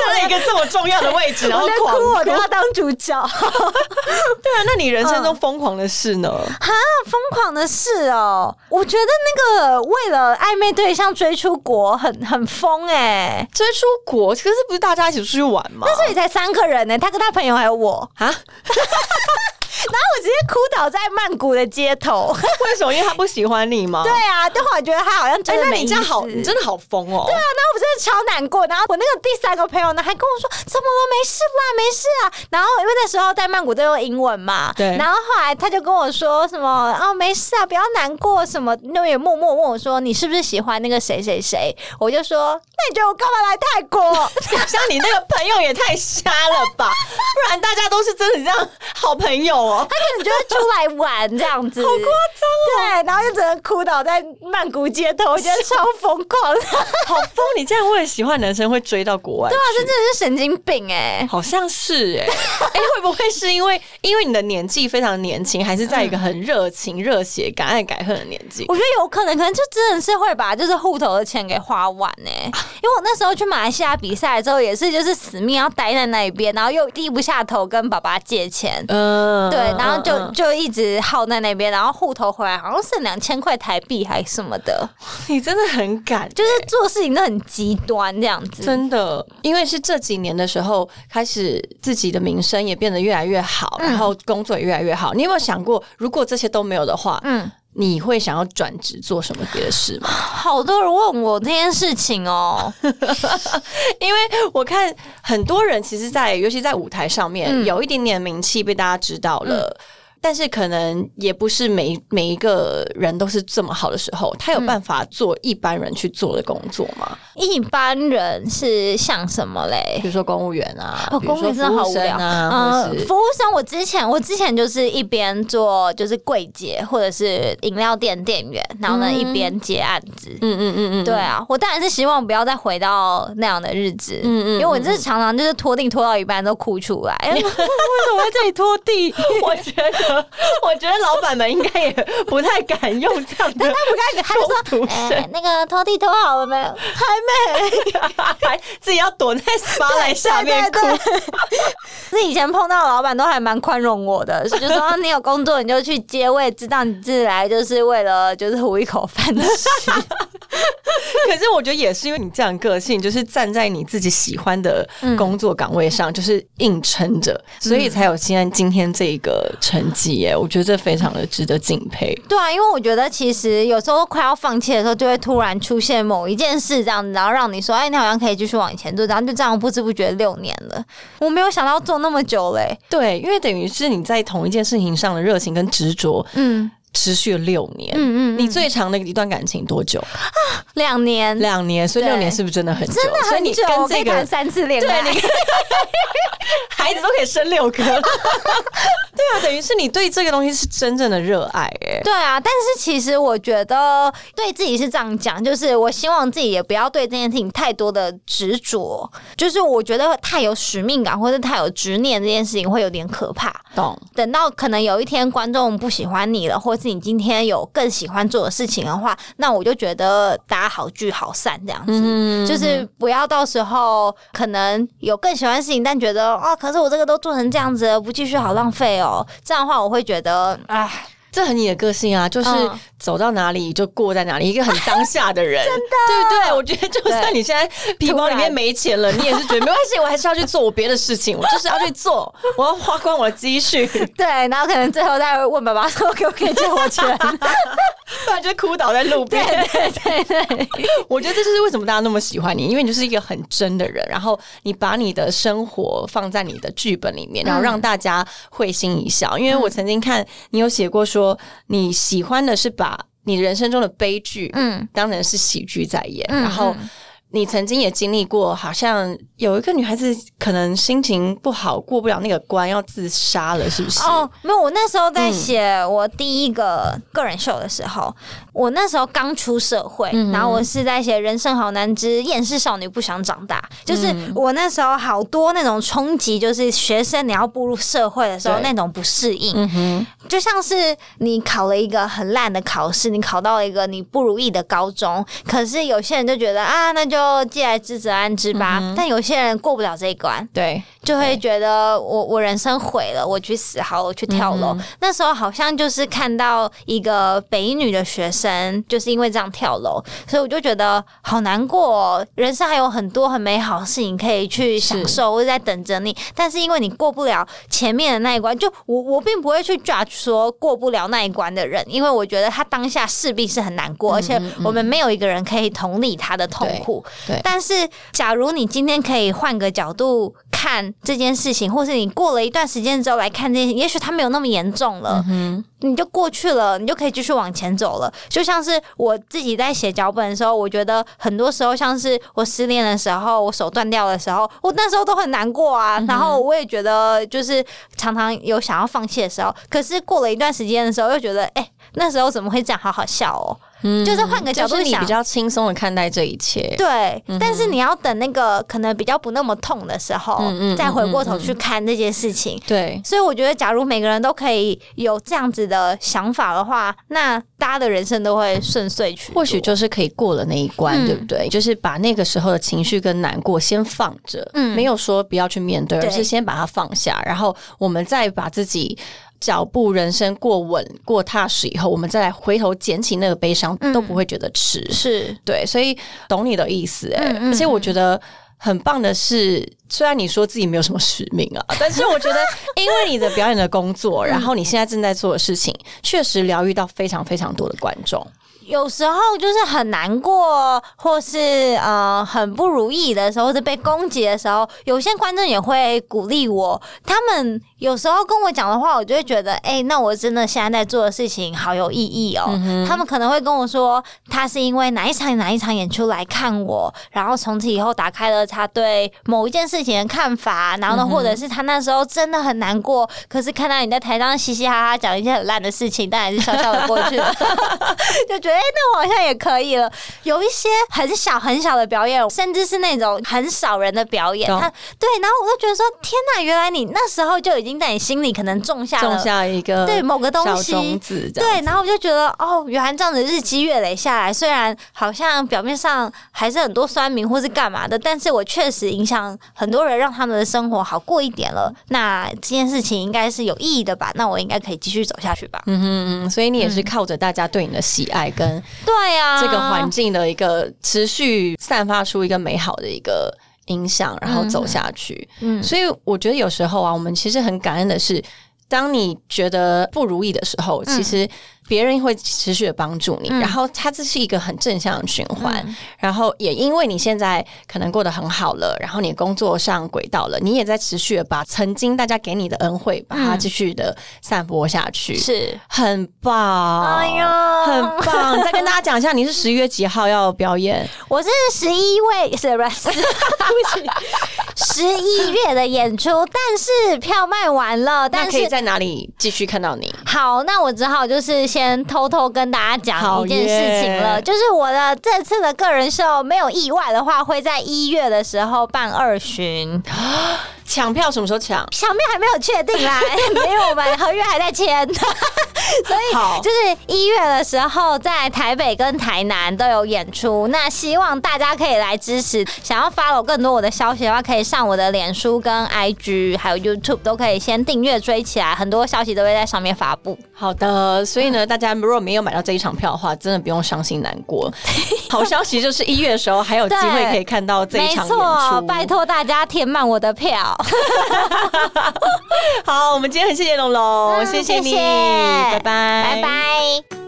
B: 站在一个这么重要的 [laughs] 位置，然
C: 我
B: 后
C: 在
B: 狂
C: 哭，我都
B: 对
C: 要当主角。
B: 啊，那你人生中疯狂的事呢？
C: 疯狂的事哦，我觉得那个为了暧昧对象追出国很很疯哎、
B: 追出国，可是不是大家一起出去玩吗？
C: 这里才三个人呢、欸他跟他朋友还有我，
B: 啊，
C: 然后我直接哭倒在曼谷的街头。
B: 为什么？因为他不喜欢你吗？
C: [laughs] 对。啊，但后来觉得他好像
B: 哎、
C: 真的
B: 那
C: 没意
B: 你
C: 思。
B: 这样好，你真的好疯哦！对啊，
C: 然后我真的超难过，然后我那个第三个朋友呢，还跟我说怎么了，没事啦，没事啊。然后因为那时候在曼谷都用英文嘛，
B: 对
C: 然后后来他就跟我说什么哦，没事啊，不要难过什么，那也默默问我说你是不是喜欢那个谁谁谁？我就说那你觉得我干嘛来泰国？ [laughs]
B: 啊 [laughs] 像你那个朋友也太瞎了吧！不然大家都是真的这样好朋友哦。
C: 你就会出来玩这样子，好夸张哦！对，然后就只能哭倒在曼谷街头，我觉得超疯狂的。对
B: [laughs] 好疯！你竟然为了喜欢的男生会追到国外去？
C: 啊，这真的是神经病哎、
B: 好像是 [laughs] 哎、欸，哎、会不会是因为因为你的年纪非常年轻，还是在一个很热情、热血、敢爱敢恨的年纪？
C: 我觉得有可能，可能就真的是会把就是户头的钱给花完哎、因为我那时候去马来西亚比赛之后，也是就是死命要待在那一边，然后又低不下头跟爸爸借钱，
B: 嗯，
C: 对，然后就
B: 嗯嗯
C: 就一直耗在那边，然后户头回来好像剩两千块台币还什么的，
B: 你真的很敢，就
C: 就是做事情都很极端这样子。
B: 真的，因为是这几年的时候开始，自己的名声也变得越来越好，然后工作也越来越好。你有没有想过，如果这些都没有的话，
C: 嗯，
B: 你会想要转职做什么别的事吗？
C: 好多人问我这件事情哦，
B: 因为我看很多人其实在，尤其在舞台上面，
C: 嗯
B: 有一点点名气被大家知道了。但是可能也不是每每一个人都是这么好的时候，他有办法做一般人去做的工作吗？
C: 一般人是像什么
B: 比
C: 嘞？
B: 如说公务员啊，
C: 哦，
B: 比如
C: 公务
B: 说
C: 员真的好
B: 服
C: 无
B: 务生
C: 聊。
B: 啊，或
C: 嗯
B: 者是
C: 服务生，我之前我之前就是一边做就是柜姐或者是饮料店店员，然后呢、
B: 嗯
C: 一边接案子。
B: 嗯嗯嗯嗯，
C: [laughs] 对啊，我当然是希望不要再回到那样的日子，
B: 嗯嗯
C: 因为我这常常就是拖地拖到一半都哭出来，
B: [laughs]
C: 哎为什么在这里拖地？
B: 我觉得，我觉得老板们应该也不太敢用这
C: [laughs]
B: 样的
C: 我刚才他就说
B: 冲突，声
C: 哎、那个拖地拖好了没有？
B: 啊还自己要躲
C: [laughs]
B: 在 SPA 来哎下面哭。
C: 哎对对对 [laughs] 是以前碰到的老板都还蛮宽容我的，是就说啊你有工作你就去接位，我也知道你自己来就是为了就是糊一口饭吃。
B: [laughs] 可是我觉得也是因为你这样个性，就是站在你自己喜欢的工作岗位上，就是硬撑着，
C: 嗯
B: 所以才有现在今天这一个成绩耶。我觉得这非常的值得敬佩。
C: 对啊，因为我觉得其实有时候快要放弃的时候，就会突然出现某一件事这样子，然后让你说，哎，你好像可以继续往前做，然后就这样不知不觉六年了，我没有想到做那么久嘞、
B: 对，因为等于是你在同一件事情上的热情跟执着
C: 嗯
B: 持续了六年。
C: 嗯嗯，
B: 你最长的一段感情多久？
C: 两年
B: 两年，所以
C: 嗯对
B: 六年是不是真的很久？
C: 真的
B: 所以
C: 很
B: 你
C: 久，
B: 跟
C: 我可
B: 这
C: 以
B: 个
C: 谈三次恋爱。
B: 对你孩子都可以生
C: [laughs]
B: 六个了。对啊，等于是你对这个东西是真正的热爱哎、
C: 对啊，但是其实我觉得对自己是这样讲，就是我希望自己也不要对这件事情太多的执着，就是我觉得太有使命感或者太有执念这件事情会有点可怕。
B: 懂？
C: 等到可能有一天观众不喜欢你了，或是你今天有更喜欢做的事情的话，那我就觉得大家好聚好散这样子。
B: 嗯，
C: 就是不要到时候可能有更喜欢的事情，但觉得哦，可是我这个都做成这样子了，不继续好浪费哦。这样的话，我会觉得，哎，
B: 这很你的个性啊，就是
C: 嗯
B: 走到哪里就过在哪里，一个很当下的 [laughs] 人，真的，对不对？我觉得就算你现在皮包里
C: 突
B: 面
C: 然
B: 没钱了，你也是觉得没关系，我还是要去做我别的事情，我就是要去做，我要花光我的积蓄，
C: 对，然后可能最后再问爸爸说 [laughs] 可不可以借我钱？
B: 不然就哭倒在路边。
C: 对对对，
B: [laughs] 我觉得这就是为什么大家那么喜欢你，因为你就是一个很真的人，然后你把你的生活放在你的剧本里
C: 嗯
B: 面，然后让大家会心一笑。因为我曾经看你有写过说，你喜欢的是把你人生中的悲剧，
C: 嗯
B: 当成是喜剧在演，
C: 嗯
B: 然后。你曾经也经历过，好像有一个女孩子可能心情不好，过不了那个关，要自杀了，是不嗯是？
C: 哦，没有，我那时候在写我第一个个人秀的时候，我那时候刚出社会，
B: 嗯
C: 然后我是在写《人生好难之厌世少女不想长大》，就是
B: 嗯
C: 我那时候好多那种冲击，就是学生你要步入社会的时候
B: 对
C: 那种不适应，
B: 嗯哼，
C: 就像是你考了一个很烂的考试，你考到了一个你不如意的高中，可是有些人就觉得啊，那就既来之则安之吧。
B: 嗯
C: 但有些人过不了这一关，
B: 对，
C: 就会觉得我我人生毁了，我去死好了，我去跳楼。那时候好像就是看到一个北女的学生，就是因为这样跳楼，所以我就觉得好难过、哦。人生还有很多很美好的事情可以去享受，或者在等着你。但是因为你过不了前面的那一关，就我我并不会去 judge 说过不了那一关的人，因为我觉得他当下势必是很难过，而
B: 嗯
C: 且我们没有一个人可以同理他的痛苦。
B: 对对
C: 但是假如你今天可以换个角度看这件事情，或是你过了一段时间之后来看这件事，也许他没有那么严重了。
B: 嗯，
C: 你就过去了，你就可以继续往前走了。就像是我自己在写脚本的时候，我觉得很多时候像是我失恋的时候，我手断掉的时候，我那时候都很难过
B: 嗯
C: 啊。然后我也觉得就是常常有想要放弃的时候，可是过了一段时间的时候，又觉得哎、那时候怎么会这样？好好笑哦。就是换个角
B: 就
C: 度
B: 是你
C: 想
B: 比，较轻松的看待这一切。
C: 对，
B: 嗯
C: 但是你要等那个可能比较不那么痛的时候，
B: 嗯嗯
C: 再回过头去看这件事情。
B: 对，
C: 所以我觉得，假如每个人都可以有这样子的想法的话，那大家的人生都会顺遂去多。
B: 或许就是可以过了那一关，
C: 嗯
B: 对不对？就是把那个时候的情绪跟难过先放着，
C: 嗯
B: 没有说不要去面对，
C: 对
B: 而是先把它放下，然后我们再把自己。脚步人生过稳过踏实以后，我们再来回头捡起那个悲伤，
C: 嗯
B: 都不会觉得迟。
C: 是
B: 对，所以懂你的意思、欸，
C: 嗯嗯
B: 而且我觉得。很棒的是，虽然你说自己没有什么使命
C: [laughs]
B: 啊，但是我觉得，因为你的表演的工
C: 嗯
B: 作，然后你现在正在做的事情，确实疗愈到非常非常多的观众。
C: 有时候就是很难过，或是呃很不如意的时候，或者被攻击的时候，有些观众也会鼓励我。他们有时候跟我讲的话，我就会觉得，哎、那我真的现在在做的事情好有意义哦。他们可能会跟我说，他是因为哪一场哪一场演出来看我，然后从此以后打开了他对某一件事情的看法，然后呢，或者是他那时候真的很难过，可是看到你在台上嘻嘻哈哈讲一些很烂的事情，但还是笑笑的过去了。就觉得哎、诶那我好像也可以了。有一些很小很小的表演，甚至是那种很少人的表演，
B: 懂
C: 他对，然后我就觉得说，天哪，原来你那时候就已经在你心里可能种下了
B: 种下一个
C: 对某个东
B: 小
C: 西
B: 种子，这样
C: 对，然后我就觉得哦，原来这样子日积月累下来，虽然好像表面上还是很多酸民或是干嘛的，但是我确实影响很多人，让他们的生活好过一点了。那这件事情应该是有意义的吧？那我应该可以继续走下去吧？
B: 嗯，所以你也是靠着大家对你的喜爱跟
C: 对啊呀、
B: 这个环境的一个持续散发出一个美好的一个影响，然后走下去。
C: 嗯
B: 所以我觉得有时候啊，我们其实很感恩的是，当你觉得不如意的时候，其实别人会持续的帮助你，然后它这是一个很正向的循环。嗯然后也因为你现在可能过得很好了，然后你工作上轨道了，你也在持续的把曾经大家给你的恩惠，把它继嗯续的散播下去。
C: 是，
B: 很棒，
C: 哎呀
B: 哦很棒！再跟大家讲一下，你是十月几号要表 [laughs] 演？
C: 我是十一位， [laughs] 是不
B: [laughs]
C: 是？十一月的演出，但是票卖完了，
B: 那
C: 但
B: 可以
C: 是。
B: 在哪里继续看到你？
C: 好，那我只好就是先偷偷跟大家讲
B: 好
C: 一
B: 耶
C: 件事情了，就是我的这次的个人秀，没有意外的话，会在一月的时候办
B: [laughs]
C: 二巡，
B: 抢票什么时候抢？
C: 小面还没有确定
B: [laughs]
C: 啦，因为我们合约还在签。 [laughs]
B: 好，
C: 就是一月的时候，在台北跟台南都有演出，那希望大家可以来支持。想要 follow 更多我的消息的话，可以上我的脸书、跟 IG，还有 YouTube 都可以先订阅追起来，很多消息都会在上面发布。
B: 好的。所以呢，大家如果没有买到这一场票的话，真的不用伤心难 [laughs] 过。好消息就是一月的时候还有机会
C: 对
B: 可以看到这一
C: 没
B: 场演
C: 错
B: 出。，
C: 拜。托大家填满我的票，
B: 好，我们今天很谢谢龙龙，
C: 嗯
B: 谢谢你，
C: 谢谢
B: 拜拜，
C: [laughs] 拜拜。